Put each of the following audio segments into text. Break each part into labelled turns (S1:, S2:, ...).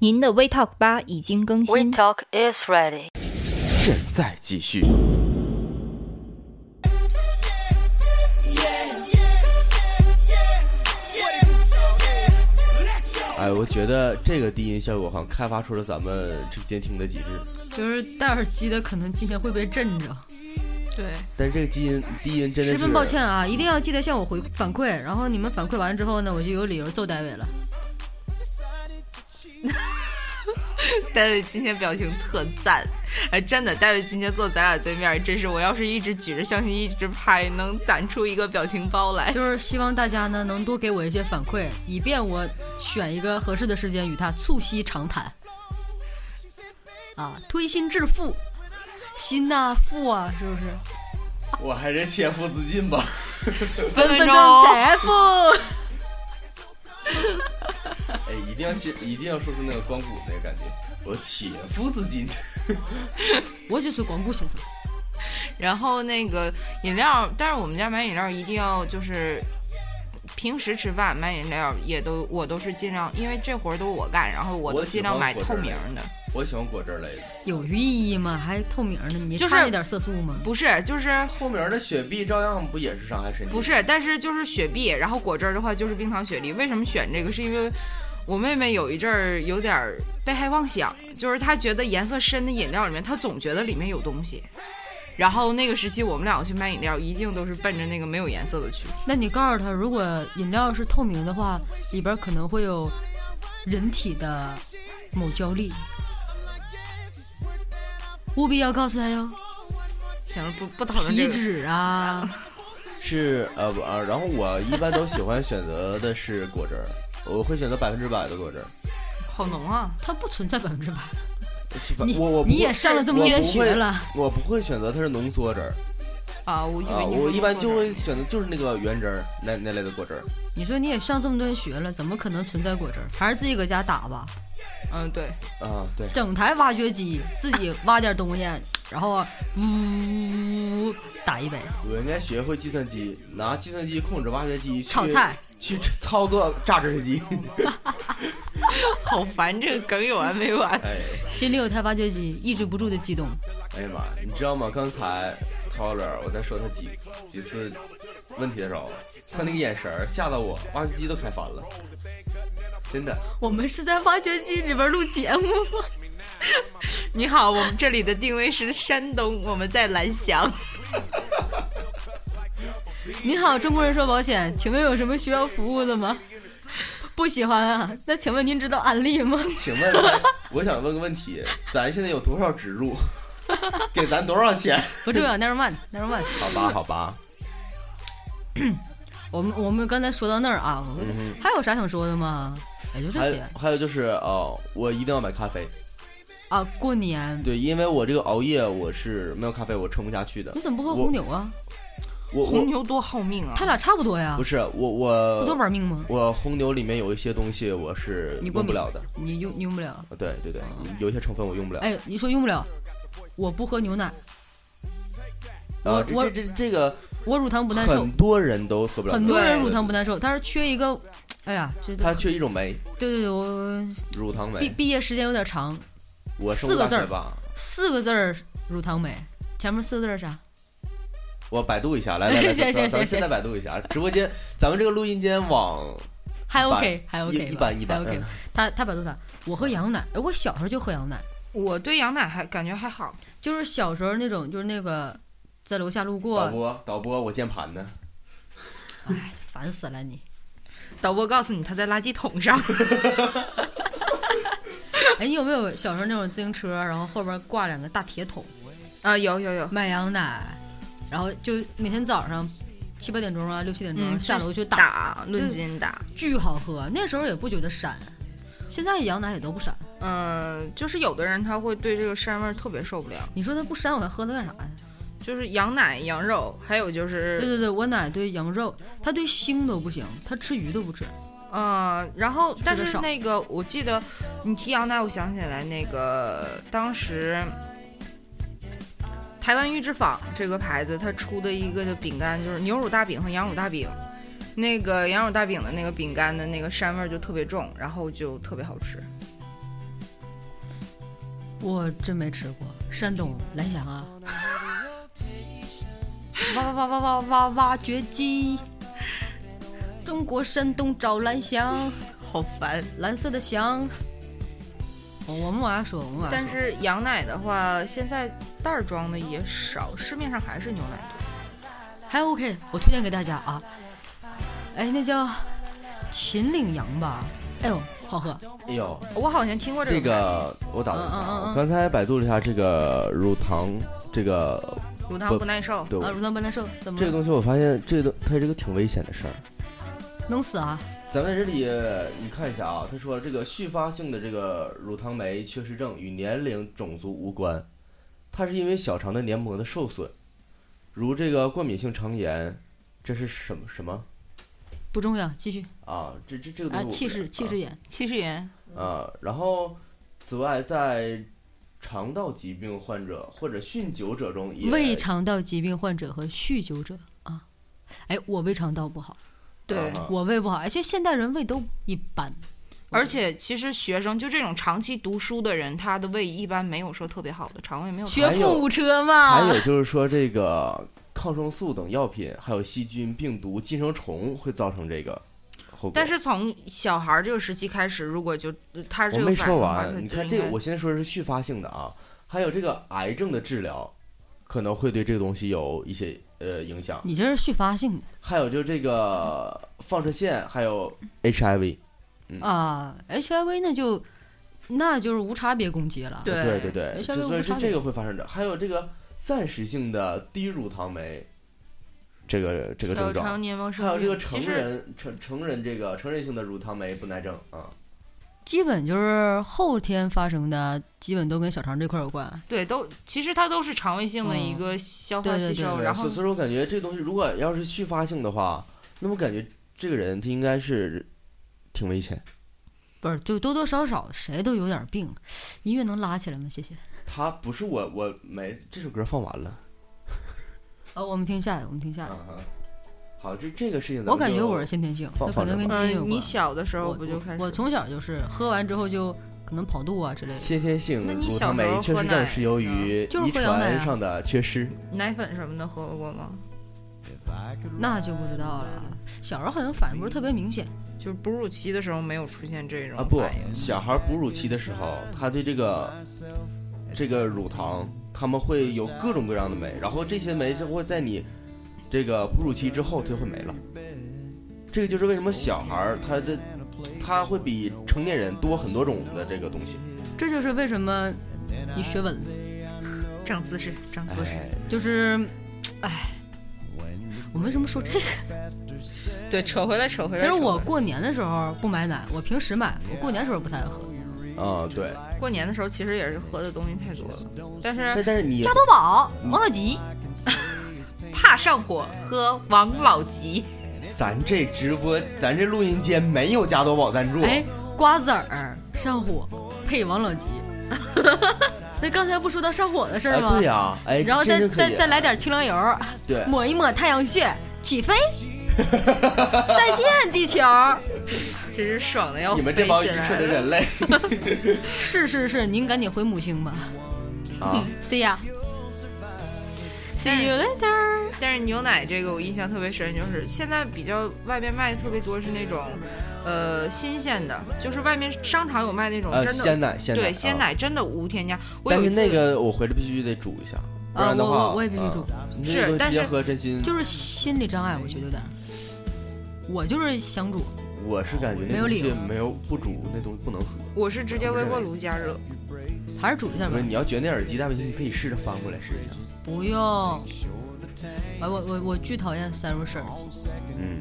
S1: 您的 We Talk 吧已经更
S2: We
S1: 新。
S2: Talk is ready。
S3: 现在继续。哎，我觉得这个低音效果好像开发出了咱们这监听的极致，
S4: 就是戴耳机的可能今天会被震着。对，
S3: 但是这个低音低音真的
S4: 十
S3: 是
S4: 分抱歉啊，一定要记得向我回反馈，然后你们反馈完之后呢，我就有理由揍戴维了。
S5: 戴维今天表情特赞，哎，真的，戴维今天坐咱俩对面，真是我要是一直举着相机一直拍，能攒出一个表情包来。
S4: 就是希望大家呢能多给我一些反馈，以便我选一个合适的时间与他促膝长谈。啊，推心置腹，心呐、腹啊，是不是？
S3: 我还是切腹自尽 吧。
S5: 分
S4: 分
S5: 分
S4: 钟
S5: 钟
S4: 财富。
S3: 哎，一定要先一定要说出那个光谷那个感觉，我切腹自尽。
S4: 我就是光顾先生。
S5: 然后那个饮料，但是我们家买饮料一定要就是平时吃饭买饮料也都我都是尽量，因为这活儿都我干，然后我
S3: 我
S5: 都
S3: 喜
S5: 尽量
S3: 欢
S5: 买
S3: 果
S5: 透
S3: 汁儿
S5: 明
S3: 类
S5: 的。
S3: 我喜欢果汁类的，
S4: 有寓意吗？还透明呢？你
S5: 就是
S4: 差一点色素吗？
S5: 不是，就是
S3: 透明的雪碧照样不也是伤害身体？
S5: 不是，，但是就是雪碧，然后果汁儿的话就是冰糖雪梨。为什么选这个？是因为我妹妹有一阵儿有点儿被害妄想，就是她觉得颜色深的饮料里面，她总觉得里面有东西。然后那个时期，我们俩去买饮料，一定都是奔着那个没有颜色的去。
S4: 那你告诉他，如果饮料是透明的话，里边可能会有人体的某胶粒，务必要告诉他哟。
S5: 行了，不不讨论
S4: 皮
S5: 这个。
S4: 脂啊，
S3: 是呃不呃，然后我一般都喜欢选择的是果汁儿，我会选择百分之百的果汁儿。
S5: 好浓啊！
S4: 它不存在百分之百。
S3: 我
S4: 你
S3: 我我不
S4: 你也上了这么一年学了，
S3: 我不会选择它是浓缩汁儿
S5: 啊，我以
S3: 啊，
S5: 为你
S3: 我
S5: 说
S3: 一般
S5: 浓
S3: 就
S5: 缩汁儿
S3: 会选择就是那个原汁儿那那类的果汁儿。
S4: 你说你也上这么多年学了，怎么可能存在果汁儿？还是自己搁家打吧，
S5: 嗯，对，
S3: 啊，对，
S4: 整台挖掘机自己挖点东西，然后啊呜呜呜打一杯，
S3: 我应该学会计算机，拿计算机控制挖掘机去
S4: 炒菜，哦
S3: 去操作榨汁机。？
S5: 好烦，这个梗有完没完
S3: 哎，
S4: 心里有台挖掘机，抑制不住的激动。
S3: 哎呀妈，呀，你知道吗？刚才曹小伦我在说他几几次问题的时候，他那个眼神儿吓得我，挖掘机都开翻了，真的。
S4: 我们是在挖掘机里边录节目吗？
S5: 你好，我们这里的定位是山东，我们在 蓝翔。
S4: 您好，中国人说保险，请问有什么需要服务的吗？不喜欢啊？那请问您知道安利 吗？
S3: 请 问，我想问个问题，咱现在有多少植入？ 给咱多少钱？
S4: 不重要，never mind，never mind。
S3: 好吧，好吧，
S4: 我们我们刚才说到那儿啊，我们、
S3: 嗯
S4: 还有啥想说的吗？也就这
S3: 还
S4: 些
S3: 还有就是哦，我一定要买咖啡，
S4: 啊。过年
S3: 对，因为我这个熬夜，我是没有咖啡我撑不下去的
S4: 你。怎么不喝
S3: 我
S4: 红牛啊？
S3: 我
S5: 红
S3: 我
S5: 牛多好命啊！
S4: 他俩差不多呀
S3: 不，是我
S4: 不都
S3: 我
S4: 玩命吗？
S3: 我红牛里面有一些东西我是
S4: 你过
S3: 用不
S4: 敏
S3: 了的，呃
S4: 你用你用不了。
S3: 对对对，有一些成分我用不了。
S4: 哎，你说用不了，我不喝牛奶，
S3: 啊，
S4: 我
S3: 这
S4: 我
S3: 这这这个
S4: 我乳糖不耐受
S3: 很。多人都喝不了，
S4: 很多人
S5: 对
S4: 乳糖不耐受，但是缺一个，哎呀，这
S3: 它缺一种酶，
S4: 对对对，我
S3: 乳糖
S4: 毕
S3: 酶。
S4: 毕业时间有点长，
S3: 我生
S4: 四
S3: 物
S4: 个
S3: 大
S4: 字儿
S3: 学吧，
S4: 四个字儿乳糖酶，前面四个字儿啥？
S3: 我百度一 下，来来来，
S4: 行行
S3: 咱咱
S4: 行
S3: 现在
S4: 行
S3: 百度一下，直播间，咱们这个录音间往
S4: 还 OK，还 OK，
S3: 一
S4: 吧
S3: 般一般
S4: 还 OK
S3: 嗯
S4: 吧。他他百度他，我喝羊奶，哎，我小时候就喝羊奶，
S5: 我对羊奶还感觉还好，
S4: 就是小时候那种，就是那个在楼下路
S3: 导
S4: 过，
S3: 播导播，我键盘呢？
S4: 哎，烦死了你！
S5: 导播告诉你他在垃圾 桶上。
S4: 哎，你有没有小时候那种自行车，然后后边挂两个大铁桶
S5: 啊，有有有，
S4: 卖羊奶，然后就每天早上七八点钟啊，六七点钟、
S5: 嗯，
S4: 下
S5: 就
S4: 楼去打，
S5: 打论斤打。
S4: 巨好喝，那时候也不觉得闪，现在羊奶也都不闪。
S5: 嗯，就是有的人他会对这个膻味儿特别受不了，
S4: 你说它不膻，我还喝它干啥呀？
S5: 就是羊奶、羊肉，还有就
S4: 对
S5: 是
S4: 对对，我奶对羊肉，她对腥都不行，她吃鱼都不吃。
S5: 嗯，然后
S4: 呃吃得
S5: 但是
S4: 少
S5: 那个我记得你提羊奶，我想起来那个当时。台湾玉制坊这个牌子，它出的一个的饼干就是牛乳大饼和羊乳大饼，那个羊肉大饼的那个饼干的那个膻味儿就特别重，然后就特别好吃。
S4: 我真没吃过。山东蓝翔 啊，挖挖挖挖挖挖掘机，中国山东找蓝翔，
S5: 好烦。
S4: 蓝色的翔。我我们娃说，我们娃说，
S5: 但是羊奶的话，现在袋儿装的也少，市面上还是牛奶多。
S4: 还 OK，我推荐给大家啊。哎，那叫秦岭羊吧？哎呦，好喝。
S3: 哎呦，
S5: 我好像听过
S3: 这
S5: 这牌
S3: 个我打断一下
S4: 嗯嗯嗯
S3: 啊，
S4: 嗯
S3: 我刚才百度了一下这个乳糖，这个
S5: 子，乳糖不耐受。
S3: 对
S4: 啊，乳糖不耐受，怎么
S3: 这
S4: 了
S3: 个东西，我发现这个它这个挺危险的事儿。
S4: 能死啊？
S3: 咱们这里你看一下啊，他说这个续发性的这个乳糖酶缺失症与年龄、种族无关，它是因为小肠的黏膜的受损，如这个过敏性肠炎，这是什么什么
S4: 不重要，继续。
S3: 啊？这这这个东
S4: 啊，
S3: 西我
S4: 气
S3: 不
S4: 势
S3: 了
S4: 气势眼，
S5: 七十元，
S3: 啊，然后此外，在肠道疾病患者或者酗酒者中也
S4: 胃肠道疾病患者和酗酒者啊。哎，我胃肠道不好，
S5: 对。
S3: 啊
S4: 我胃不好，而且现代人胃都一般。
S5: 而且其实学生就这种长期读书的人，他的胃一般没有说特别好的，肠胃没有特别
S4: 学
S5: 好。
S4: 富五车
S3: 还
S5: 啊
S4: 嘛
S3: 有，就是说这个抗生素等药品，还有细菌、病毒、寄生虫会造成这个后果。
S5: 但是从小孩儿这个时期开始，如果就呃他这
S3: 我
S5: 个
S3: 没
S5: 反应
S3: 说
S5: 的话，
S3: 完，你
S5: 他
S3: 看
S5: 就
S3: 这
S5: 应
S3: 个，
S5: 该
S3: 我先说的是续发性的啊，还有这个癌症的治疗，可能会对这个东西有一些呃影响。
S4: 你这是续发性
S3: 还有就这个放射线，还有
S4: 的
S3: HIV，
S4: 啊，HIV 那就那就是无差别攻击了。
S5: 对
S3: 对对对，
S4: HIV
S3: 就所以
S4: 无
S3: 是
S4: 差
S3: 这
S4: 别
S3: 个会发生的。还有这个暂时性的低乳糖酶，这个这个症
S5: 小肠
S3: 状。
S5: 黏膜
S3: 还有
S5: 生
S3: 这个
S5: 病，
S3: 成
S5: 其实
S3: 人成成人这个成人性的乳糖酶不耐症啊，
S4: 基本就是后天发生的，基本都跟小肠这块儿有关。
S5: 对都其实它都是肠胃性的一
S4: 嗯
S5: 个消
S4: 对
S5: 化
S4: 对
S5: 吸
S4: 对
S5: 收，
S3: 对
S5: 哦然
S3: 所
S5: 后
S3: 以所以说我感觉这东西如果要是续发性的话，那么感觉这个人他应该是挺危险。
S4: 不是，就多多少少谁都有点病。音乐能拉起来吗？谢谢。
S3: 他不是我，我没这首歌放完了。
S4: 呃、我们听下一个，我们听下一
S3: 嗯
S4: 个。
S3: 哼，好，这这个事情咱们
S4: 我感觉
S3: 就
S4: 我是先天性，
S3: 放
S4: 它可能跟
S3: 放
S4: 基
S3: 着
S4: 因有
S5: 嗯，
S4: 关。
S5: 你小的时候
S4: 我
S5: 不就开始？
S4: 我从小就是喝完之后就可能跑肚啊之类的。
S3: 先天性
S5: 那你
S3: 乳糖
S5: 小时
S3: 酶
S5: 候
S3: 缺
S5: 喝
S3: 失
S5: 奶
S3: 症是由于
S4: 就是
S3: 遗
S4: 喝羊奶
S3: 传
S4: 啊
S3: 上的缺失。
S5: 奶粉什么的喝过吗？
S4: 那就不知道了。小时候好像反应不是特别明显，
S5: 就是哺乳期的时候没有出现这种
S3: 啊不
S5: 反应，
S3: 小孩哺乳期的时候，他对这个这个乳糖，他们会有各种各样的酶，然后这些酶就会在你这个哺乳期之后就会没了。这个就是为什么小孩儿他这他会比成年人多很多种的这个东西。
S4: 这就是为什么你学稳了，
S5: 长姿势，长姿势。
S3: 哎，
S4: 就是，哎，我为什么说这个？
S5: 对，扯回来，扯回
S4: 但是我过年的时候不买奶，我平时买，我过年时候不太爱喝。
S3: 啊、对，
S4: 哎
S5: 过年的时候其实也是喝的东西太多了，但是
S3: 但但是你
S4: 加多宝、王老吉，
S5: 怕上火，喝王老吉。
S3: 咱这直播，咱这录音间没有加多宝赞助，
S4: 哎，瓜子儿上火配王老吉。 那刚才不说到上火的事儿
S3: 啊
S4: 吗？
S3: 对呀、哎，
S4: 然后
S3: 这
S4: 再
S3: 真可以
S4: 再再来点清凉油，
S3: 对，
S4: 抹一抹太阳穴，起 飞！再见，地球！
S5: 真是爽的要
S3: 你们
S5: 飞
S3: 这帮愚
S5: 起来
S3: 蠢的
S5: 了
S3: 人 类
S4: 是是是，您赶紧回母星吧。
S3: 啊！
S4: See ya。See you later。
S5: 但是牛奶这个我印象特别深，就是现在比较外边卖的特别多是那种，呃，新鲜的，就是外面商场有卖那种
S3: 呃，
S5: 真的，
S3: 鲜奶，鲜奶，
S5: 对，鲜
S3: 啊
S5: 奶真的无添加。我有
S3: 但
S5: 一
S3: 是
S5: 次
S3: 那个我回来必须得煮一下，不然的
S4: 啊我
S3: 话
S4: 我我也必须煮
S3: 啊你
S5: 是
S3: 这个
S5: 但
S3: 直接
S5: 是
S3: 喝真心，
S4: 就是心理障碍，我觉得有点儿。我就是想煮，
S3: 我是感觉
S4: 没
S3: 那
S4: 有
S3: 东
S4: 理
S3: 西
S4: 由
S3: 没有不煮那东西不能喝。
S5: 我是直接微波炉加热，
S4: 还是煮一下
S3: 不
S4: 吧
S3: 是，。你要觉得那耳机大问题，你可以试着翻过来试一下。
S4: 不用。哎，我我我巨讨厌 Sarah Search。
S3: 嗯，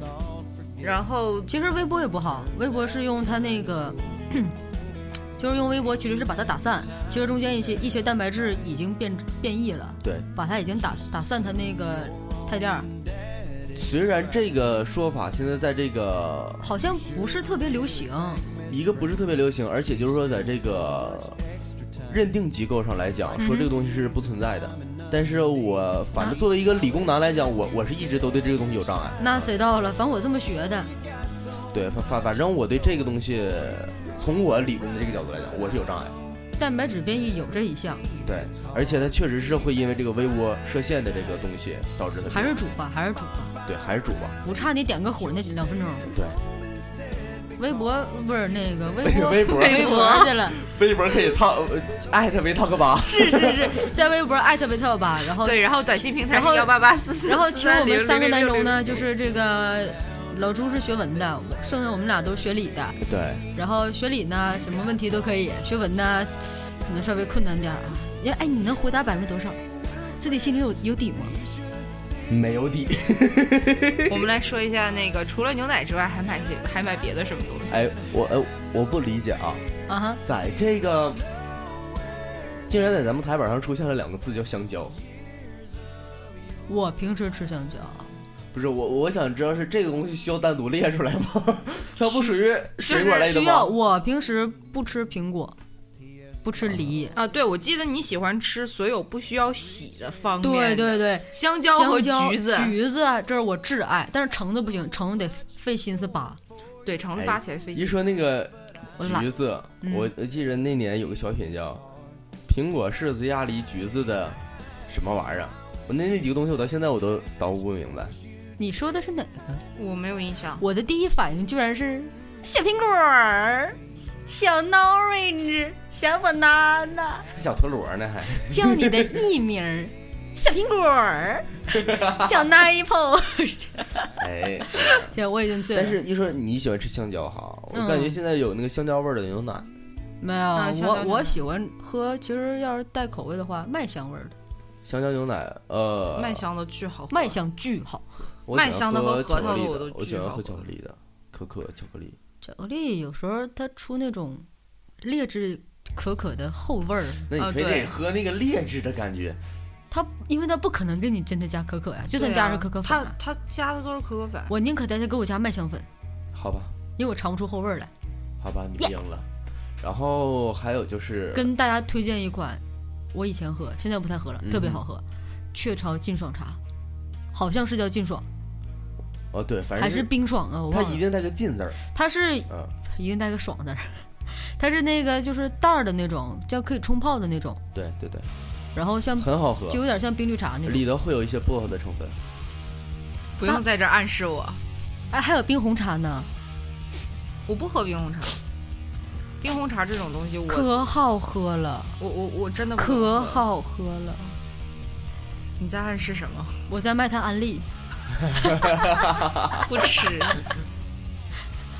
S5: 然后
S4: 其实微波也不好，微波是用它那个， 就是用微波其实是把它打散，其实中间一些一些蛋白质已经变变异了。
S3: 对。
S4: 把它已经打打散它那个钛链儿，
S3: 虽然这个说法现在在这个
S4: 好像不是特别流行。
S3: 一个不是特别流行，而
S4: 嗯
S3: 且就是说在这个认定机构上来讲，说这个东西是不存在的。但是我反正作为一个理工男来讲，我我是一直都对这个东西有障碍。
S4: 那谁到了？反正我这么学的，
S3: 对，反反反正我对这个东西，从我理工的这个角度来讲，我是有障碍。
S4: 蛋白质变异有这一项，
S3: 对，而且它确实是会因为这个微波射线的这个东西导致它
S4: 还是煮吧，还是煮吧，
S3: 对还是煮吧，
S4: 不差你点个火那几两分钟。
S3: 对，
S4: 微博不是那个微
S3: 微
S4: 博
S3: 微博
S4: 微博 去了，
S3: 微博可以烫，呃艾特维烫个吧。
S4: 是是是，在微博艾特维特吧，然后
S5: 对，然后短信平台
S4: 然后
S5: 幺八八 四四，
S4: 然后请我们三个当中 呢，就是这个老朱是学文的，我剩下我们俩都是学理的。
S3: 对，
S4: 然后学理呢，什么问题都可以；学文呢，可能稍微困难点儿啊。哎哎，你能回答百分之多少？自己心里有有底吗？
S3: 没有底。
S5: 我们来说一下那个，除了牛奶之外，还买些还买别的什么东西？
S3: 哎，我哎我不理解啊，
S4: 啊哈，
S3: 在这个竟然在咱们台板上出现了两个字叫香蕉，
S4: 我平时吃香蕉，
S3: 不是我我想知道是这个东西需要单独列出来吗？ 它不属于水果类的
S4: 需要。
S3: 吗？
S4: 我平时不吃苹果，不吃梨。
S5: 啊，对，我记得你喜欢吃所有不需要洗的方面，
S4: 嗯对，对对，
S5: 香蕉
S4: 香
S5: 和
S4: 蕉、
S5: 橘子，
S4: 橘子这是我挚爱，但是橙子不行，橙子得费心思扒。
S5: 对，橙子
S3: 哎
S5: 扒起来费
S3: 一
S5: 劲。
S3: 说那个
S4: 我懒
S3: 橘子，
S4: 嗯
S3: 我记得那年有个小品叫“苹果、柿子、鸭梨、橘子”的什么玩意儿啊？我那那几个东西我到现在我都捣鼓不明白。
S4: 你说的是哪个？
S5: 我没有印象，
S4: 我的第一反应居然是小苹果儿、小 orange、小 banana，
S3: 小陀螺呢还？
S4: 叫你的艺名儿小苹果 儿、小 apple。
S3: 哎，
S4: 行，我已经醉了。
S3: 但是一说你喜欢吃香蕉哈，我
S4: 嗯
S3: 感觉现在有那个香蕉味儿的牛奶。
S4: 没有，
S5: 啊香蕉
S4: 我
S5: 牛
S4: 我
S5: 奶
S4: 喜欢喝，其实要是带口味的话，麦香味儿的，
S3: 香蕉牛奶，呃，
S5: 麦香的巨好喝，
S4: 麦香巨好喝。
S3: 我喜欢
S5: 麦香的和
S3: 喝
S5: 核桃的
S3: 巧克力
S5: 我都
S3: 我喜欢
S5: 巨好
S3: 喝
S5: 喝
S3: 巧克力的，可可巧克力。
S4: 巧克力有时候它出那种劣质可可的后味儿，
S3: 那你
S5: 啊
S3: 非
S5: 对
S3: 得喝那个劣质的感觉，
S4: 它因为它不可能给你真的加可可呀、就
S5: 对啊，
S4: 算加上可可粉、啊，
S5: 它它加的都是可可粉。
S4: 我宁可在它给我加麦香粉，
S3: 好吧，
S4: 因为我尝不出后味儿来。
S3: 好吧，你赢了。然后还有就是，
S4: 跟大家推荐一款，我以前喝，现在不太喝了，
S3: 嗯
S4: 特别好喝，雀巢劲爽茶，好像是叫劲爽
S3: 哦对，反
S4: 还
S3: 正
S4: 是冰爽啊，我
S3: 它
S4: 忘
S3: 一
S4: 了，
S3: 定带个劲字儿，
S4: 它是
S3: 嗯，
S4: 一定带个爽字儿， 它是那个就是袋儿的那种，叫可以冲泡的那种，
S3: 对对对，
S4: 然后像
S3: 很好喝，
S4: 就有点像冰绿茶那种，
S3: 里头会有一些薄荷的成分。
S5: 不用在这儿暗示我，
S4: 哎，还有冰红茶呢，
S5: 我不喝冰红茶。冰红茶这种东西我，我
S4: 可好喝了，
S5: 我我真的不
S4: 可
S5: 喝。
S4: 好喝了，
S5: 你在暗示什么？
S4: 我在卖它安利，
S5: 不吃。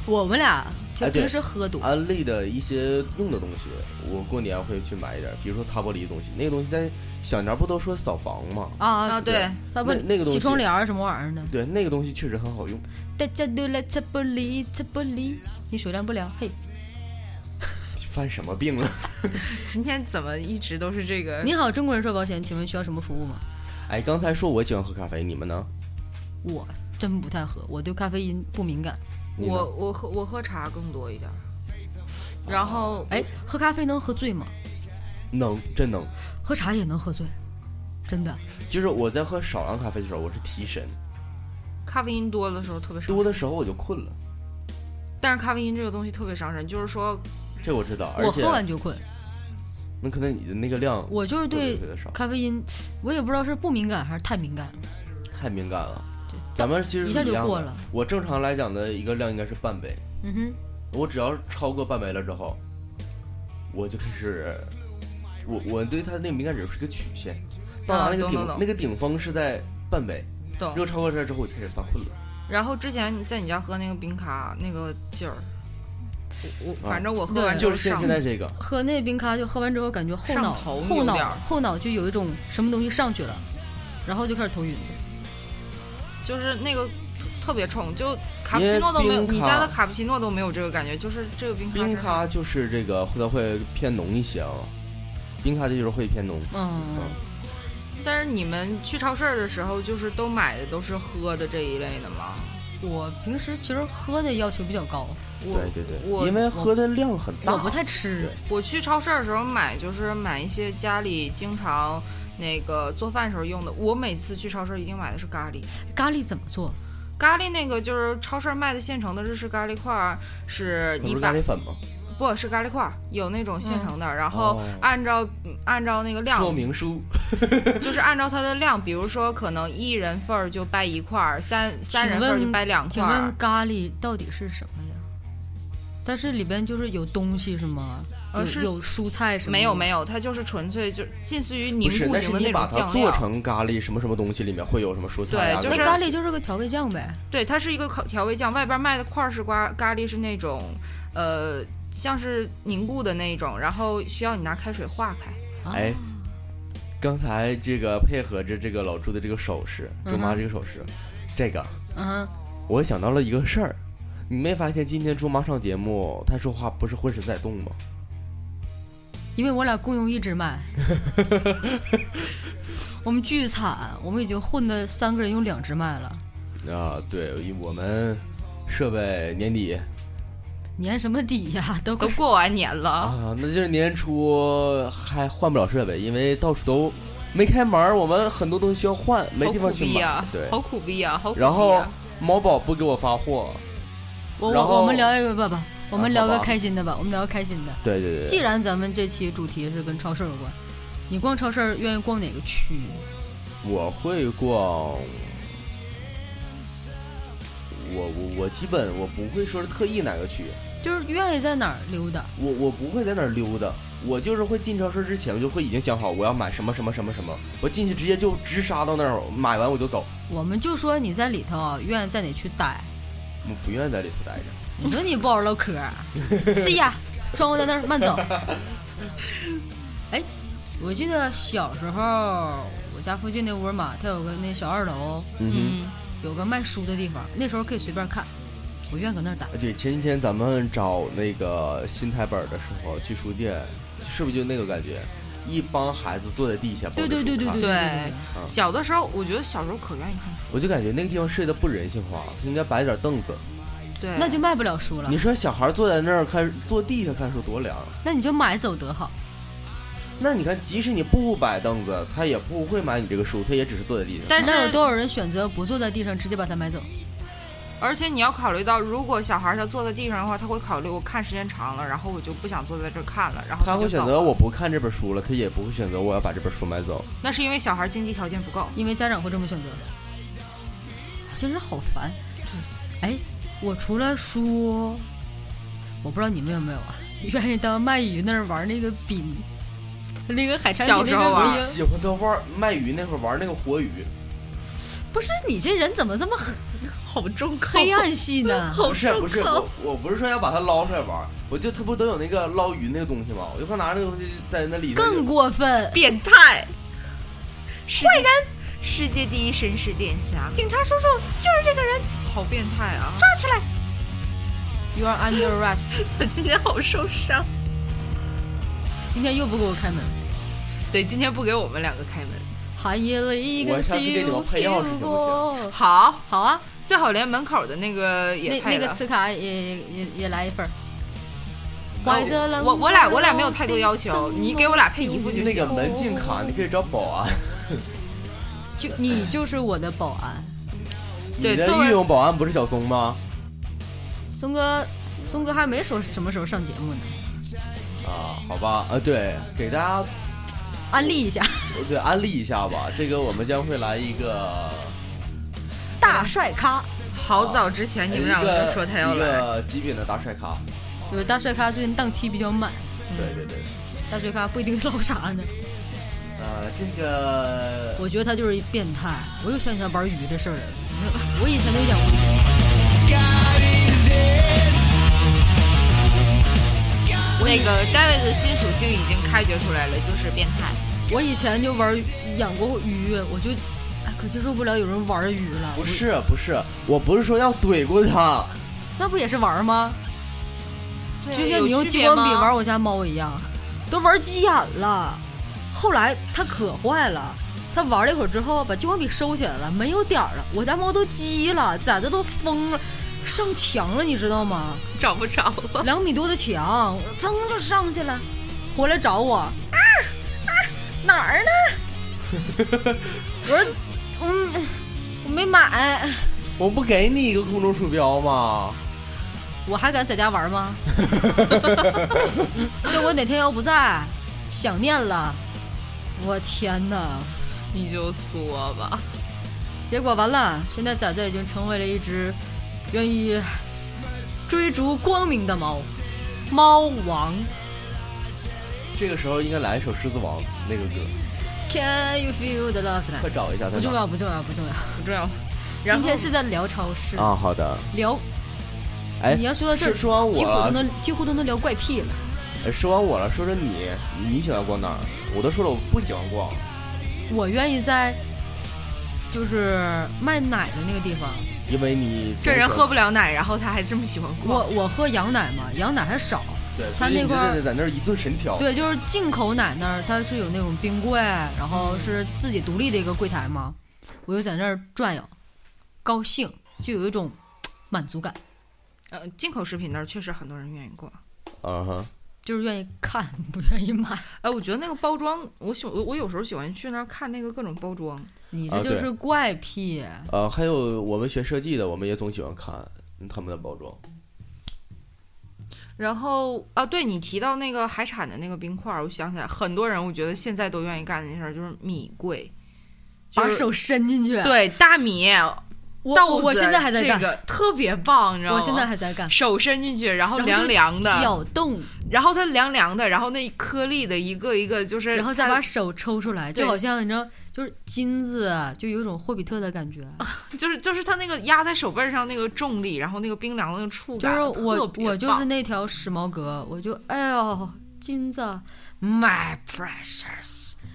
S4: 我们俩就
S3: 哎对
S4: 平时喝多，
S3: 安利的一些用的东西，我过年会去买一点儿，比如说擦玻璃的东西，那个东西在小年儿不都说扫房吗？
S5: 啊，
S4: 啊，
S5: 对，
S4: 它不
S3: 那那个东西
S4: 洗窗帘儿什么玩意儿的。
S3: 对，那个东西确实很好用。
S4: 大家都来擦玻璃，擦玻璃，你水量不良，嘿，
S3: 犯什么病了？
S5: 今天怎么一直都是这个？
S4: 你好，中国人寿保险，请问需要什么服务吗？
S3: 哎，刚才说我喜欢喝咖啡，你们呢？
S4: 我真不太喝，我对咖啡因不敏感。
S3: 你呢
S5: 我我喝我喝茶更多一点儿，然后
S4: 哎，喝咖啡能喝醉吗？
S3: 能真能，
S4: 喝茶也能喝醉，真的。
S3: 就是我在喝少量咖啡的时候，我是提神，
S5: 咖啡因多的时候特别伤
S3: 多，的时候我就困了。
S5: 但是咖啡因这个东西特别伤身，就是说
S3: 这我知道，而
S4: 我
S3: 且
S4: 喝完就困，
S3: 那可能你的那个量
S4: 我就是对
S3: 特别特别少，
S4: 咖啡因，我也不知道是不敏感还是太敏感了。
S3: 太敏感了。
S4: 对
S3: 咱们其实
S4: 一
S3: 是
S4: 下就
S3: 样
S4: 过
S3: 的
S4: 了。
S3: 我正常来讲的一个量应该是半杯，
S4: 嗯哼，
S3: 我只要超过半杯了之后，我就开始，我我对它那个敏感指数是个曲线，到达那个
S5: 啊懂
S3: 顶、
S5: 懂懂
S3: 那个顶峰是在半杯，如
S5: 懂。
S3: 果超过这之后我就开始犯困了。
S5: 然后之前你在你家喝那个冰咖那个劲儿，我我反正我喝完
S4: 对
S3: 就是
S5: 是
S3: 现
S5: 上
S3: 现在这个，
S4: 喝那冰咖就喝完之后，感觉后脑
S5: 上头
S4: 后
S5: 有点
S4: 脑
S5: 儿
S4: 后脑就有一种什么东西上去了，然后就开始头晕。
S5: 就是那个特特别冲，就卡
S3: 因
S5: 布
S3: 为
S5: 奇诺都没有，
S3: 冰
S5: 你
S3: 咖
S5: 家的卡布奇诺都没有这个感觉，就是这个冰咖
S3: 冰
S5: 真的
S3: 咖就是这个它会偏浓一些啊、冰咖这就是会偏浓。
S4: 嗯，
S5: 但是你们去超市儿的时候，就是都买的都是喝的这一类的吗？
S4: 我平时其实喝的要求比较高，
S5: 我
S3: 对对对，
S5: 我
S3: 因为喝的量很大。
S4: 我不太吃
S3: 对。
S5: 我去超市儿的时候买，就是买一些家里经常那个做饭时候用的。我每次去超市一定买的是咖喱，
S4: 咖喱怎么做？
S5: 咖喱那个就是超市卖的现成的日式咖喱块儿，是
S3: 那
S5: 你
S3: 不是
S5: 把
S3: 咖喱粉吗？
S5: 不是咖喱块儿，有那种
S4: 嗯
S5: 现成的，然后
S3: 哦
S5: 按照、嗯按照那个量
S3: 说明书
S5: 就是按照它的量，比如说可能一人份儿就掰一块儿，三三
S4: 请
S5: 人份儿
S4: 问
S5: 就掰两块
S4: 请
S5: 儿
S4: 问。咖喱到底是什么呀？但是里边就是有东西是吗？
S5: 呃
S4: 有
S5: 是
S4: 有蔬菜什么？
S5: 没有没有，它就是纯粹就近似于
S3: 不
S5: 凝
S3: 是，
S5: 固
S3: 那是
S5: 型的
S3: 你把
S5: 种
S3: 它
S5: 酱
S3: 做
S5: 料。
S3: 成咖喱什么什么东西，里面会有什么蔬菜
S5: 对
S3: 啊？
S5: 就
S4: 那
S5: 是
S4: 咖喱就是个调味酱呗。
S5: 对，它是一个口调味酱，外边卖的块儿是瓜咖喱是那种，呃，像是凝固的那种，然后需要你拿开水化开。
S4: 啊、
S3: 哎，刚才这个配合着这个老朱的这个手势，朱
S4: 嗯
S3: 妈
S4: 哼
S3: 这个手势，这个
S4: 嗯，
S3: 我想到了一个事儿，你没发现今天朱妈上节目，她说话不是浑身在动吗？
S4: 因为我俩共用一只 麦，我们巨惨，我们已经混的三个人用两只麦了。
S3: 啊，对我们设备年底
S4: 粘什么底 呀？都快
S5: 都过完年了，
S3: 啊，那就是年初还换不了设备，因为到处都没开门儿，我们很多东西需要换，没
S5: 好
S3: 地方
S5: 苦
S3: 去
S5: 逼
S3: 买。
S5: 啊！
S3: 对，
S5: 好苦逼啊！好苦逼、啊。
S3: 然后某宝不给我发货，
S4: 我
S3: 然后
S4: 我我们聊一个吧吧，我们
S3: 啊
S4: 聊
S3: 好
S4: 个
S3: 吧
S4: 开心的吧，我们聊个开心的。
S3: 对对对
S4: 既
S3: 对，
S4: 然咱们这期主题是跟超市有关，你逛超市愿意逛哪个区？
S3: 我会逛。我我我基本我不会说是特意哪个区，
S4: 就是愿意在哪儿溜达？
S3: 我我不会在那儿溜达，我就是会进超市之前我就会已经想好我要买什么什么什么什么，我进去直接就直杀到那儿，买完我就走，
S4: 我们就说你在里头啊，愿意在哪区待？
S3: 我不愿意在里头待着。
S4: 你说你不好好唠嗑啊，是呀，窗户在那儿慢走。哎，我记得小时候我家附近那沃尔玛，它有个那小二楼，
S3: 嗯
S5: 嗯，
S4: 有个卖书的地方，那时候可以随便看，我愿意搁那儿待。
S3: 哼，对，前几天咱们找那个新台本的时候去书店，是不是就那个感觉？一帮孩子坐在地下，
S4: 对
S3: 抱着
S4: 对
S3: 书
S4: 对对
S3: 看
S4: 对
S5: 对
S3: 嗯
S5: 小的时候，我觉得小时候可愿意看书。
S3: 我就感觉那个地方设计的不人性化，应该摆点凳子。
S5: 对，
S4: 那就卖不了书了
S3: 你，说小孩坐在那儿看，坐地下看书多凉。
S4: 那你就买走得好。
S3: 那你看，即使你不摆凳子，他也不会买你这个书，他也只是坐在地上。
S5: 但是
S4: 那有多少人选择不坐在地上，直接把它买走？
S5: 而且你要考虑到，如果小孩儿他坐在地上的话，他会考虑我看时间长了，然后我就不想坐在这儿看了，然后
S3: 他会
S5: 就走
S3: 选择
S5: 了
S3: 我。不看这本书了，他也不会选择我要把这本书买走。
S5: 那是因为小孩儿经济条件不够。
S4: 因为家长会这么选择，真是好烦。哎，我除了书，我不知道你们有没有啊？ 愿意到卖鱼那儿玩那个饼，那个海产
S5: 小
S4: 品
S5: 时
S4: 那
S5: 候啊
S4: 个
S5: 玩
S4: 饼
S3: 喜欢他玩卖鱼那会儿玩那个活鱼，
S4: 不是你这人怎么这么狠
S5: 好重口
S4: 黑暗系 呢？
S3: 不是不是，我我不是说要把它捞出来玩儿，我就他不都有那个捞鱼那个东西吗？我就怕拿那个东西在那里头
S4: 更
S3: 就
S4: 过分！
S5: 变态，坏人，世界第一绅士殿下，
S4: 警察叔叔就是这个人，
S5: 好变态啊！
S4: 抓起来！You are under arrest。
S5: 他今天好受伤。
S4: 今天又不给我开门，
S5: 对，今天不给我们两个开门。
S4: 寒夜里一
S3: 我
S4: 个
S3: 下次给你
S4: 心
S3: 们配钥匙行不行
S4: 不行？
S5: 好，
S4: 好啊，
S5: 最好连门口的那个也
S4: 那
S5: 配
S4: 那
S5: 了。
S4: 个磁卡也也也也来一份儿。
S5: 啊
S4: 怀着冷
S5: 我我俩我俩没有太多要求，你给我俩配一副哦就
S3: 那
S5: 行。
S3: 个门禁卡，你可以找保安，
S4: 就你就是我的保安，
S5: 对
S3: 你
S5: 作
S3: 的
S5: 为
S3: 御用保安不是小松吗？
S4: 松哥，松哥还没说什么时候上节目呢，
S3: 啊，好吧，啊对，给大家
S4: 安利一下，
S3: 对安利一下吧，这个我们将会来一个
S4: 大帅咖，
S5: 好早之
S4: 哎
S5: 前你们两个就说他要
S3: 哎一
S5: 来，
S3: 个极品的大帅咖，
S4: 有大帅咖最近档期比较满，
S3: 对对对，
S4: 大帅咖不一定唠啥 呢，
S3: 呃，这个
S4: 我觉得他就是一变态，我又想起来玩鱼的事儿了，我以前就养过鱼。
S5: 那个 David 的新属性已经开掘出来了，就是变态。
S4: 我以前就玩养过鱼，我就哎可接受不了有人玩鱼了。
S3: 不是不是，我不是说要怼过他，
S4: 我，那不也是玩吗？就像你用激光笔玩我家猫一样，都玩急眼了。后来它可坏了，它玩了一会儿之后，把激光笔收起来了，没有点儿了。我家猫都急了，崽子都疯了，上墙了，你知道吗？
S5: 找不着了。
S4: 两米多的墙，噌就上去了，回来找我，啊啊，哪儿呢？ 我说，嗯，我没买，
S3: 我不给你一个空中鼠标吗？
S4: 我还敢在家玩 吗？就我哪天要不在，想念了，我天哪！
S5: 你就作吧。
S4: 结果完了，现在仔仔已经成为了一只愿意追逐光明的猫，猫王。
S3: 这个时候应该来一首《狮子王》那个歌，
S4: Can you feel the love
S3: 快
S4: tonight？
S3: 找一下它
S4: 不重
S3: 哪。
S4: 要，不重要，不重要。
S5: 不重要。然
S4: 今
S5: 后
S4: 天是在聊超市，
S3: 啊，好的。
S4: 聊
S3: 哎
S4: 你，要说到这
S3: 是
S4: 儿，
S3: 说完
S4: 几乎都
S3: 我了，啊
S4: 能几乎都能聊怪癖了。
S3: 哎说完我了，说说你，你喜欢逛哪儿？我都说了，我不喜欢逛。
S4: 我愿意在就是卖奶的那个地方，
S3: 因为你
S5: 这人喝
S3: 不
S5: 不了奶，然后他还这么喜欢
S4: 我
S5: 逛。
S4: 我喝羊奶嘛，羊奶还少。
S5: 哦
S3: 对，
S4: 他
S3: 所以
S4: 那
S3: 你
S4: 块儿
S3: 在在那儿一顿神挑。
S4: 对，就是进口奶那儿，它是有那种冰柜，然
S5: 嗯
S4: 后是自己独立的一个柜台嘛。我就在那儿转悠，高兴，就有一种嘖满足感，
S5: 呃，进口食品那儿确实很多人愿意逛。
S3: 嗯哼，
S4: 就是愿意看， 不愿意买。
S5: 哎，我觉得那个包装，我喜我我有时候喜欢去那儿看那个各种包装。
S4: 你
S3: 啊
S4: 这就
S3: 对
S4: 是怪癖。
S3: 呃，还有我们学设计的，我们也总喜欢看他们的包装。
S5: 然后啊，对你提到那个海产的那个冰块儿，我想起来，很多人我觉得现在都愿意干的一件事儿就是米柜，就
S4: 把
S5: 是
S4: 手伸进去，
S5: 对大米
S4: 我
S5: 豆
S4: 我
S5: 子
S4: 我现在还在
S5: 这
S4: 干，
S5: 个特别棒，你知道吗？
S4: 我现在还在干，
S5: 手伸进去，然后
S4: 然后
S5: 凉
S4: 就
S5: 凉的，
S4: 搅动，
S5: 然后它凉凉的，然后那颗粒的一个一个就是，
S4: 然后再把手抽出来，就
S5: 对
S4: 好像你知道，就是金子啊，就有一种霍比特的感觉。
S5: 就是就是它那个压在手背上那个重力，然后那个冰凉的那个触
S4: 就
S5: 感，
S4: 是
S5: 特
S4: 我
S5: 别
S4: 我就
S5: 棒
S4: 是那条时髦革，我就哎呦金子，my precious，my，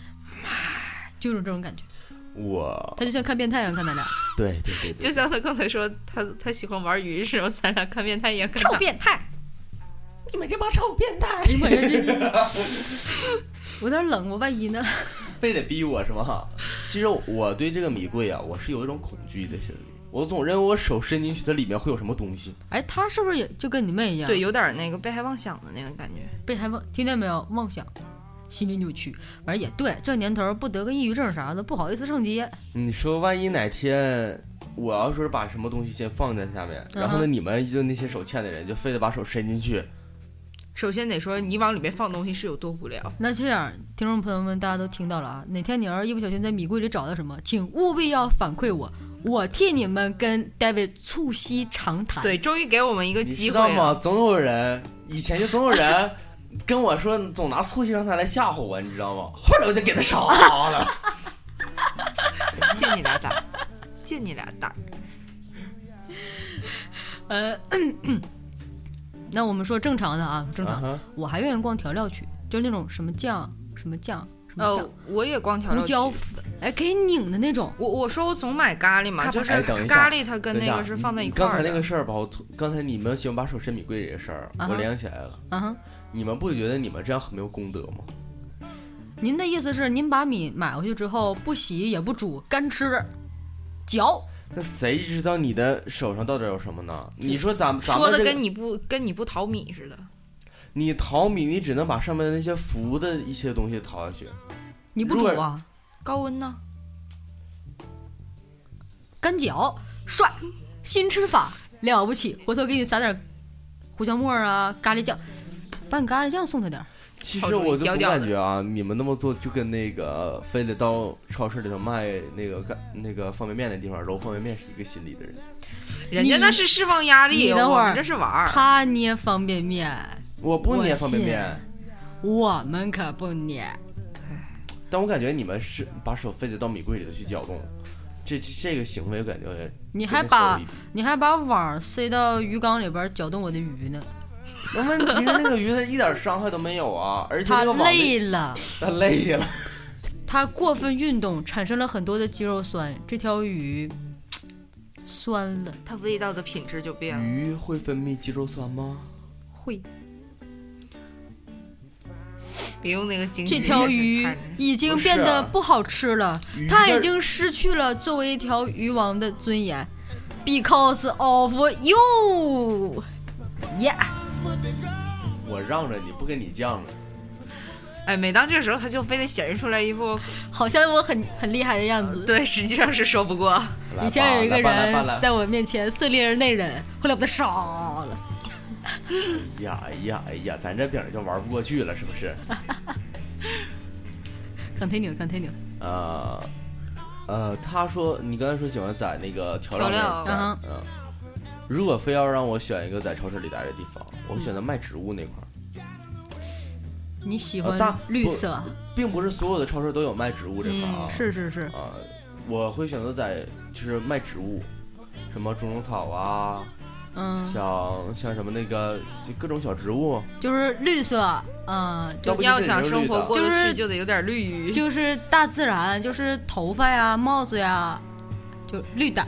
S4: 就是这种感觉。
S3: 我，
S4: 他就像看变态一样看咱俩，
S3: 对对对对
S5: 就，像他刚才说，他他喜欢玩鱼，然后咱俩看变态也看
S4: 臭变态！
S3: 你们这帮臭 变态，
S4: 哎呀妈呀，这这我有点冷，我万一呢？
S3: 非得逼我是吗？其实我对这个米柜啊，我是有一种恐惧在心里，我总认为我手伸进去，它里面会有什么东西。
S4: 哎，他是不是也就跟你妹一样？
S5: 对，，有点那个被害妄想的那个感觉。
S4: 被害妄，听见没有？妄想，心理扭曲。反正也对，这年头不得个抑郁症啥的，不好意思上街。
S3: 你说万一哪天我要说是把什么东西先放在下面，然后呢，
S4: 嗯
S3: 你们就那些手欠的人就非得把手伸进去，
S5: 首先得说，你往里面放东西是有多无聊。
S4: 那这样，听众朋友们，大家都听到了啊！哪天你要是一不小心在米柜里找到什么，请务必要反馈我，我替你们跟 David 促膝长谈。，
S5: 对，终于给我们一个
S3: 啊你
S5: 机
S3: 知
S5: 会
S3: 道吗？
S5: 了。
S3: 总有人以前就总有人 跟我说，总拿促膝长谈来吓唬我，你知道吗？后来我就给他杀了。
S5: 借你俩打， 借你俩打。
S4: 呃， 那我们说正常的啊，正
S3: 啊
S4: 常。
S3: 哈
S4: 我还愿意逛调料区，就是那种什么酱、什么酱、什么酱
S3: 哦
S5: 呃，，我也光调料
S4: 胡椒
S5: 区。
S4: 粉，哎，可以拧的那种。
S5: 我我说我总买咖喱嘛，
S4: 咖喱
S5: 就是
S3: 哎等一下
S5: 咖喱它跟
S3: 等一
S5: 那
S3: 下
S5: 个是放在一
S3: 你
S5: 块
S3: 刚才
S5: 儿
S3: 那个
S5: 的。
S3: 事儿吧，我突刚才你们喜欢把手伸米柜这个事儿，
S4: 啊哈
S3: 我联想起来了。
S4: 啊哈，
S3: 你们不觉得你们这样很没有功德吗？
S4: 您的意思是您把米买回去之后不洗也不煮，干吃，嚼。
S3: 那谁知道你的手上到底有什么呢？你说咱们咱
S5: 说
S3: 们
S5: 的
S3: 这个
S5: 跟你不跟你不淘米似的，
S3: 你淘米，你只能把上面那些浮的一些东西淘下去。
S4: 你不煮
S3: 如
S4: 啊？
S5: 高温呢？
S4: 干嚼，帅，新吃法了不起！回头给你撒点胡椒末儿啊，咖喱酱，把你咖喱酱送他点儿。
S3: 其
S5: 好
S3: 实
S5: 容易
S3: 我就
S5: 掉
S3: 总
S5: 掉
S3: 感
S5: 的
S3: 觉啊，你们那么做就跟那个非得到超市里头卖那个干那个方便面的地方揉方便面是一个心理的人。
S5: 人家那是释放压力，
S4: 你等会儿
S5: 我们这是玩
S3: 啊
S5: 儿。
S4: 他捏方便面，
S3: 我不
S4: 我
S3: 捏方便
S4: 信
S3: 面，
S4: 我们可不捏。
S3: 但我感觉你们是把手非得到米柜里头去搅动，这这这个行为我感觉
S4: 你
S3: 你
S4: 还把你还把网塞到鱼缸里边儿搅动我的鱼呢，
S3: 那问题是那个鱼它一点伤害都没有啊，而且
S4: 他
S3: 那个网
S4: 累了，
S3: 它累了，
S4: 他过分运动产生了很多的肌肉酸，这条鱼酸了，
S5: 它味道的品质就变了。
S3: 鱼会分泌肌肉酸吗？
S4: 会。
S5: 别用那个精
S4: 这
S5: 神
S4: 条
S5: 眼神
S4: 鱼
S5: 看着
S4: 已经
S3: 不是
S4: 变得
S3: 啊
S4: 不好吃了。
S3: 鱼
S4: 他
S3: 在
S4: 已经失去了作为一条鱼王的尊严，because of you，yeah，
S3: 我让着你不跟你犟了，
S5: 哎，每当这时候，他就非得显示出来一副
S4: 好像我很很厉害的样
S3: 呃
S4: 子。
S5: 对，实际上是说 不过。
S3: 来吧
S4: 以前有一个
S3: 来吧来吧来
S4: 人在我面前色厉而内荏，后来我把他杀了。
S3: 哎呀哎呀哎呀，咱这饼就玩不过去了，是不是？
S4: Continue continue，
S3: 呃呃，他说你刚才说喜欢在那个调料
S5: 调
S3: 那儿
S5: 料
S4: 嗯
S3: 翻，嗯，如果非要让我选一个在超市里待的地方，我会选择卖植物那块儿，
S4: 你喜
S3: 呃
S4: 欢
S3: 大
S4: 绿
S3: 不
S4: 色？嗯
S3: 并不是所有的超市都有卖植物这块儿啊。
S4: 是是是，
S3: 啊、我会选择在就是卖植物，什么猪笼草啊，
S4: 嗯，
S3: 像像什么那个就各种小植物，
S4: 就是绿色，嗯，
S3: 要
S4: 就
S3: 不就
S5: 要
S3: 是
S5: 想
S3: 人
S5: 生
S3: 绿
S5: 活
S3: 的
S5: 过得
S4: 就是
S5: 去，就得有点绿于。
S4: 就是大自然，就是头发呀、帽子呀，就绿的。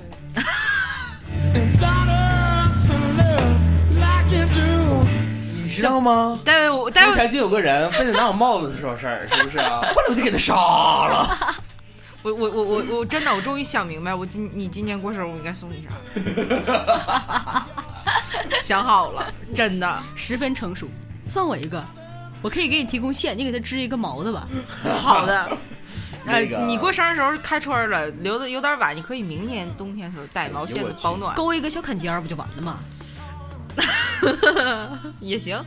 S4: 嗯
S3: 你知道吗？
S5: 但我 但
S3: 之前就有个人非得拿我帽子说事儿，是不是啊？后来我就给他杀了。
S5: 我我我我我真的，我终于想明白，我今你今年过生日，我应该送你啥？ 想好了，真的
S4: 十分成熟。算我一个，我可以给你提供线，你给它织一个毛的吧。
S5: 好的。
S3: 那个
S5: 呃，你过生日时候开春了，留的有点晚，你可以明年冬天时候带毛线的保暖
S4: 勾一个小坎肩儿不就完了吗？
S5: 也行。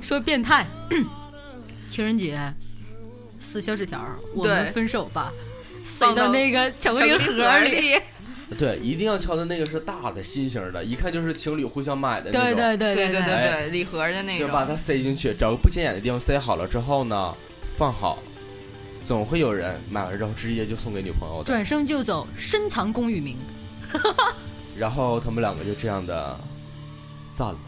S4: 说变态， 情人节撕小纸条儿，我们
S5: 对
S4: 分手吧，塞
S5: 放
S4: 到
S5: 到
S4: 那个 巧克力盒
S5: 儿
S4: 儿里。
S5: 里，
S3: 对，一定要挑的那个是大的心形的，一看就是情侣互相买的那
S4: 对
S3: 种。
S4: 对对
S5: 对对
S4: 对
S5: 对
S3: 哎
S5: 对，礼盒的那
S3: 就把它
S5: 种，
S3: 塞进去，找个不显眼的地方塞好了之后呢，放好，总会有人买完之后直接就送给女朋友的。
S4: 转身就走，深藏功与名。
S3: 然后他们两个就这样的散了。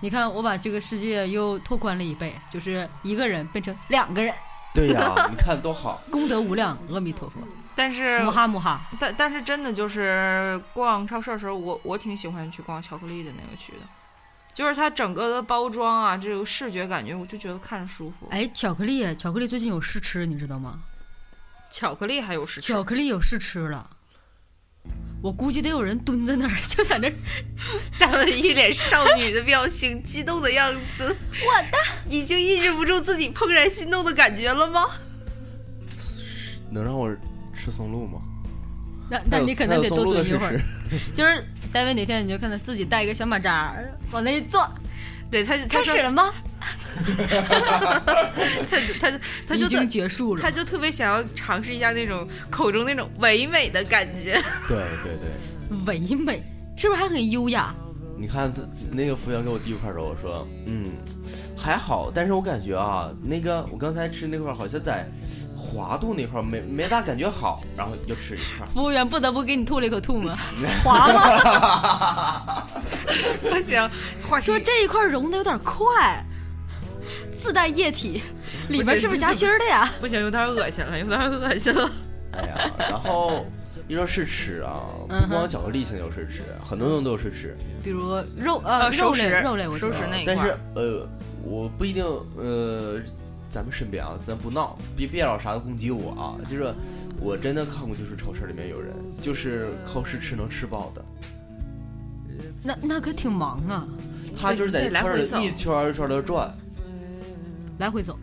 S4: 你看，我把这个世界又拓宽了一倍，就是一个人变成两个人，
S3: 对呀、 你看多好。
S4: 功德无量，阿弥陀佛，
S5: 但是
S4: 母哈母哈。
S5: 但但是真的就是逛超市的时候，我我挺喜欢去逛巧克力的那个区的，就是它整个的包装啊，这个视觉感觉，我就觉得看着舒服。
S4: 哎，巧克力，巧克力最近有试吃，你知道吗？
S5: 巧克力还有实
S4: 巧克力有试吃了，我估计得有人蹲在那儿， 就在那儿。
S5: 他们一脸少女的表情，激动的样 子。我的，已经抑制不住自己怦然心动的感觉了吗？
S3: 能让我吃松露吗？
S4: 那那你可能得多
S3: 还有
S4: 蹲一
S3: 松露
S4: 会
S3: 的
S4: 儿
S3: 试。
S4: 就是戴维哪天你就看他自己带一个小马扎儿往那一坐，
S5: 对，他就他
S4: 开
S5: 说
S4: 始了吗？
S5: 他就他就他就
S4: 已经结束
S5: 他
S4: 了。
S5: 就特别想要尝试一下那种口中那种唯美的感觉。
S3: 对对对，
S4: 唯美是不是还很优雅？
S3: 你看他那个服务员给我递一块肉，我说嗯还好，但是我感觉啊，那个我刚才吃那块儿好像在滑度那块儿没没大感觉好，然后又吃一块儿。
S4: 服务员不得不给你吐了一口吐 沫，滑吗？
S5: 不行，话 题
S4: 说这一块融的有点快，自带液体，里边是不是夹心儿的呀？
S5: 不行，有点恶心了，有点恶心了。
S3: 哎呀，然后一说试吃啊，
S4: 嗯
S3: 不
S4: 哼
S3: 光巧克力现在有试吃，很多东西都有试吃。
S4: 比如肉呃
S5: 呃
S4: 肉
S5: 熟
S4: 类
S5: 食
S4: 肉类，我觉
S5: 熟
S4: 得
S5: 食那一块
S3: 但
S5: 儿
S3: 是呃，我不一定呃，咱们身边啊，咱不闹，别别老啥都攻击我啊。就是我真的看过，就是超市里面有人就是靠试吃能吃饱的，
S4: 那那可挺忙啊，
S3: 他就是在
S5: 对来
S3: 超市
S5: 回
S3: 里
S5: 走
S3: 一圈儿一圈的转，
S4: 来回走。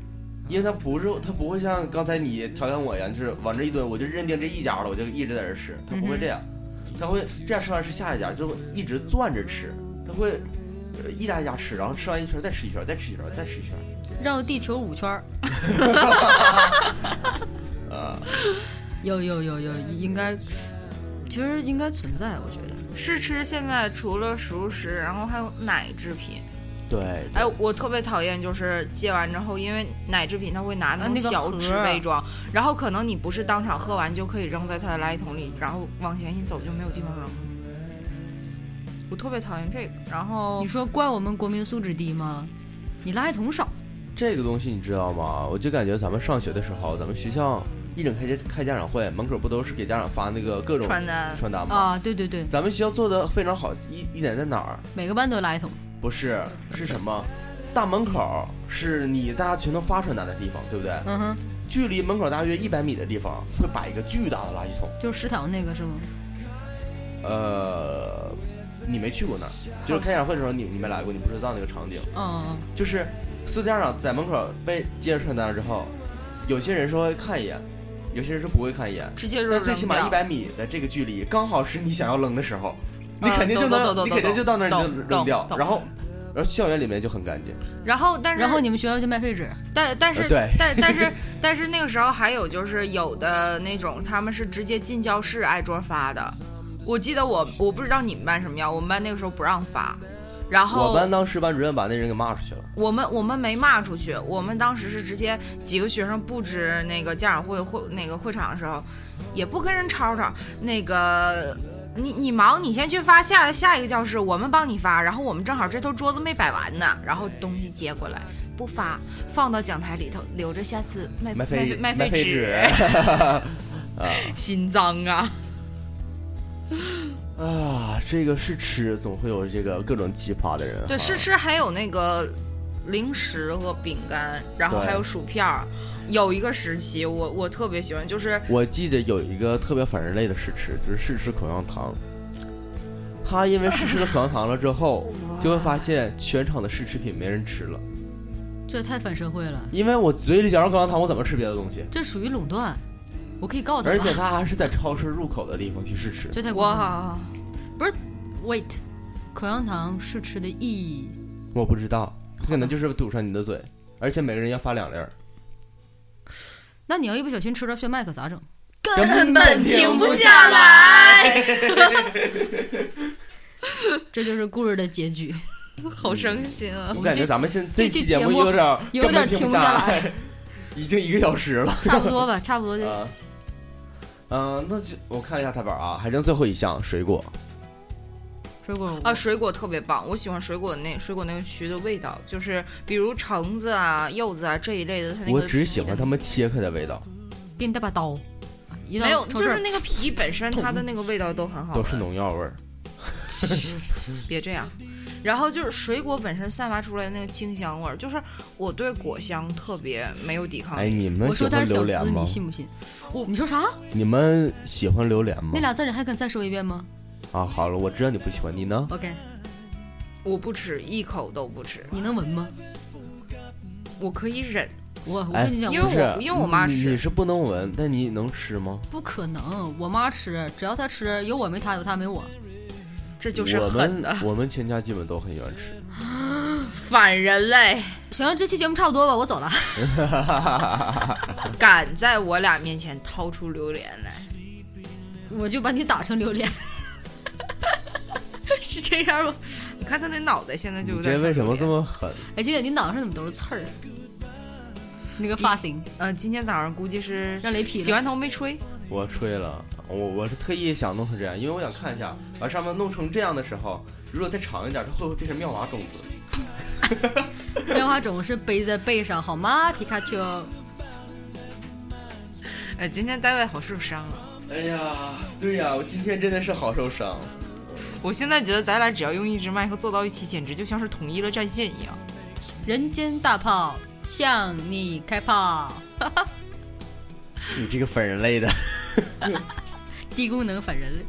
S3: 因为他不是他不会像刚才你调侃我一样，就是往这一蹲，我就认定这一家了，我就一直在这吃，他不会这样，
S5: 嗯
S3: 他会这样吃完吃下一家，就会一直攥着吃，他会。呃一家一家吃，然后吃完一圈儿再吃一圈儿，再吃一圈儿，再吃一圈儿。
S4: 绕地球五圈儿。有有有有，应该，其实应该存在，我觉得。
S5: 试吃现在除了熟食，然后还有奶制品。
S3: 对，
S5: 哎，我特别讨厌就是接完之后，因为奶制品它会拿那
S4: 啊
S5: 种
S4: 那个
S5: 小
S4: 盒
S5: 纸杯装，然后可能你不是当场喝完就可以扔在它的垃圾桶里，然后往前一走就没有地方扔。我特别讨厌这个。然
S4: 哦
S5: 后
S4: 你说怪我们国民素质低吗？你垃圾桶少，
S3: 这个东西你知道吗？我就感觉咱们上学的时候，咱们学校一整开家开家长会，门口不都是给家长发那个各种
S5: 传单哦
S3: 传单吗？
S4: 啊，对对对，
S3: 咱们学校做的非常好，一一点在哪儿？
S4: 每个班都有垃圾桶，
S3: 不是，是什么？大门口是你大家全都发传单的地方，对不对？
S4: 嗯哼，
S3: 距离门口大约一百米的地方会摆一个巨大的垃圾桶。
S4: 就是食堂那个是吗？
S3: 呃，你没去过那儿，就是开家长会的时候你你没来过，你不知道那个场景，
S4: 嗯，
S3: 就是四家长在门口被接着传单之后，有些人是会看一眼，有些人是不会看一眼。
S5: 直接扔
S3: 但最起码
S5: 扔
S3: 一
S5: 掉
S3: 百米的这个距离，刚好是你想要扔的时候，你
S5: 嗯
S3: 肯定就
S5: 懂
S3: 能，
S5: 懂懂
S3: 你
S5: 懂
S3: 肯定就到那儿你
S5: 懂
S3: 就
S5: 懂
S3: 扔掉。
S5: 懂
S3: 然后，然后校园里面就很干净。
S5: 然后但是
S4: 然后你们学校就卖废纸，
S5: 但但是、
S3: 呃对
S5: 但 但是但是那个时候还有就是有的那种他们是直接进教室挨桌发的，我记得我我不知道你们班什么样，我们班那个时候不让发，然后
S3: 我班当时班主任把那人给骂出去了。
S5: 我们我们没骂出去，我们当时是直接几个学生布置那个家长会会那个会场的时候，也不跟人吵吵，那个你你忙你先去发下下一个教室，我们帮你发，然后我们正好这头桌子没摆完呢，然后东西接过来不发，放到讲台里头留着下次卖
S3: 卖
S5: 废
S3: 废
S5: 卖
S3: 卖废
S5: 废
S3: 纸，
S5: 心脏啊，
S3: 啊，这个是吃，总会有这个各种奇葩的人。
S5: 对，是。吃还有那个零食和饼干，然后
S3: 对
S5: 还有薯片儿。有一个时期，我我特别喜欢，就是
S3: 我记得有一个特别反人类的试吃，就是试吃口香糖。他因为试吃了口香糖了之后，就会发现全场的试吃品没人吃了。
S4: 这也太反社会了，
S3: 因为我嘴里嚼着口香糖，我怎么吃别的东西？
S4: 这属于垄断，我可以告他。
S3: 而且他还是在超市入口的地方去试吃。
S4: 这太过分了。
S5: 哇，
S4: Wait，口香糖试吃的意义，
S3: 我不知道，他可能就是堵上你的嘴，而且每个人要发两粒儿，
S4: 那你要一不小心吃着炫迈可咋整？
S3: 根
S5: 本停不下来，
S4: 这就是故事的结局。
S5: 好伤心啊！
S3: 我感觉咱们现
S4: 这
S3: 这期
S4: 期
S3: 节
S4: 节
S3: 目
S4: 目
S3: 有点儿
S4: 有
S3: 根
S4: 点
S3: 本停
S4: 停不
S3: 下
S4: 下
S3: 来，已经一个小时了
S4: 差不多 吧，差不多就、
S5: 呃
S3: 啊。嗯，那就我看了一下台本啊，还剩最后一项水果。
S4: 水果
S5: 啊，水果特别棒，我喜欢水果那水果那个区的味道，就是比如橙子啊、柚子啊这一类的，它那个
S3: 我只喜欢
S5: 皮的
S3: 他们切开的味道，
S4: 给你带把刀，一刀
S5: 没有，
S4: 抽
S5: 嗯就
S4: 事
S5: 是
S4: 儿
S5: 那个皮本身它的那个味道都很好
S3: 都
S5: 闻，
S3: 是农药味儿。
S5: 别这样。然后就是水果本身散发出来的那个清香味儿，就是我对果香特别没有抵抗
S3: 哎，
S5: 力。
S3: 你们
S4: 我
S3: 喜
S4: 说他
S3: 欢
S4: 是
S3: 榴
S4: 小
S3: 莲
S4: 资，
S3: 吗哦
S4: 你？信不信？你说啥？
S3: 你们喜欢榴莲吗
S4: 那？俩字儿你还敢再说一遍吗
S3: 啊，好了，我知道你不喜欢，你呢？
S4: ？OK，
S5: 我不吃，一口都不吃，
S4: 你能闻吗？
S5: 我可以忍。
S4: 我我
S3: 哎
S4: 跟你讲，
S5: 因为
S3: 不
S5: 我
S3: 是，
S5: 因为我妈
S3: 你
S5: 吃
S3: 你是不能闻，但你能吃吗？
S4: 不可能，我妈吃，只要她吃，有我没她，有她没我。
S5: 这就是
S3: 我
S5: 狠
S3: 们
S5: 的，
S3: 我们全家基本都很喜欢吃。
S5: 反人类，
S4: 行，这期节目差不多吧，我走了。
S5: 敢在我俩面前掏出榴莲来。
S4: 我就把你打成榴莲，是这样吗？
S5: 你看他那脑袋现在就有
S3: 你
S5: 点
S3: 这为
S5: 像
S3: 什么
S5: 榴
S3: 这
S5: 莲？
S3: 么狠？
S4: 哎，姐姐，你脑上怎么都是刺儿？那个发型，
S5: 呃，今天早上估计是
S4: 让雷劈了
S5: 洗完头没吹，
S3: 我吹了，我我是特意想弄成这样，因为我想看一下，把上面弄成这样的时候，如果再长一点，它会不会变成妙蛙种子？
S4: 棉花种是背在背上，好吗？皮卡丘，
S5: 呃，今天单位好受伤啊！
S3: 哎呀，对呀，我今天真的是好受伤。
S5: 我现在觉得咱俩只要用一支麦克坐到一起，简直就像是统一了战线一样。
S4: 人间大炮向你开炮，
S3: 你这个反人类的，
S4: 低功能反人类。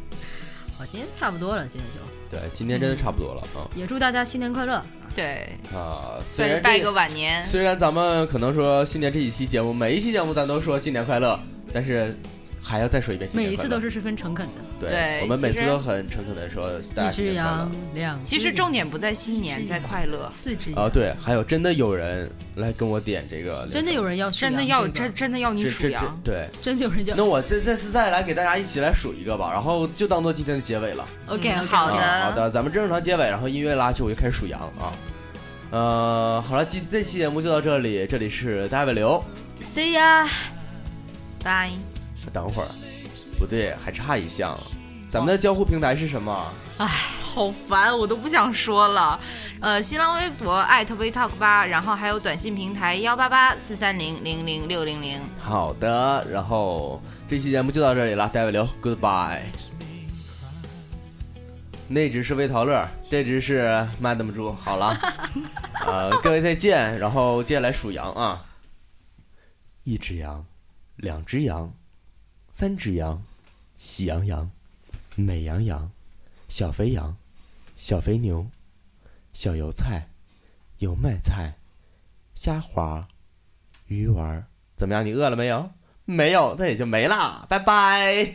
S4: 好，今天差不多了，今天就
S3: 对，今天真的差不多了啊、
S4: 也祝大家新年快乐。
S5: 对，
S3: 啊！虽
S5: 算是
S3: 然
S5: 拜
S3: 这
S5: 个晚年。
S3: 虽然咱们可能说新年这几期节目，每一期节目咱都说新年快乐，但是还要再说一遍新年
S4: 每
S3: 快乐。
S4: 一次都是十分诚恳的，
S3: 对，
S5: 对
S3: 我们每
S5: 其
S3: 次
S5: 实
S3: 都很诚恳的说大家
S4: 一
S3: 新
S4: 只
S3: 年快乐
S4: 羊。，两只
S5: 其实
S4: 羊
S5: 重点不在新年，在快乐。
S4: 四只羊
S3: 啊，，对，还有真的有人来跟我点这个，
S4: 真的有人要数
S5: 真的
S4: 羊这
S5: 要
S4: 个
S5: 真真的要你
S3: 这
S5: 数
S3: 这这
S5: 羊，
S3: 对。
S4: 真的有人要
S3: 那我这这次再来给大家一起来数一个吧，然后就当做今天的结尾了。
S4: OK
S5: 嗯好的
S3: 啊、好的，咱们正常结尾，然后音乐拉起，我就开始数羊啊。呃，好了，今这期节目就到这里，这里是大卫刘。
S4: ，See ya。
S5: 拜。
S3: 等会儿，不对，还差一项。咱们的交互平台是什么？
S5: 好烦，我都不想说了。呃，新浪微博艾特 talk 八，然后还有短信平台幺八八四三零零零六零零。
S3: 好的，然后这期节目就到这里了，大卫刘，Goodbye。那只是魏桃乐，这只是 Madam 猪。好了，呃，各位再见。然后接下来数羊啊，一只羊，两只羊，三只羊，喜羊羊，美羊羊，小肥羊，小肥牛，小油菜，油麦菜，虾滑、鱼丸，怎么样？你饿了没有？没有，那也就没啦，拜拜。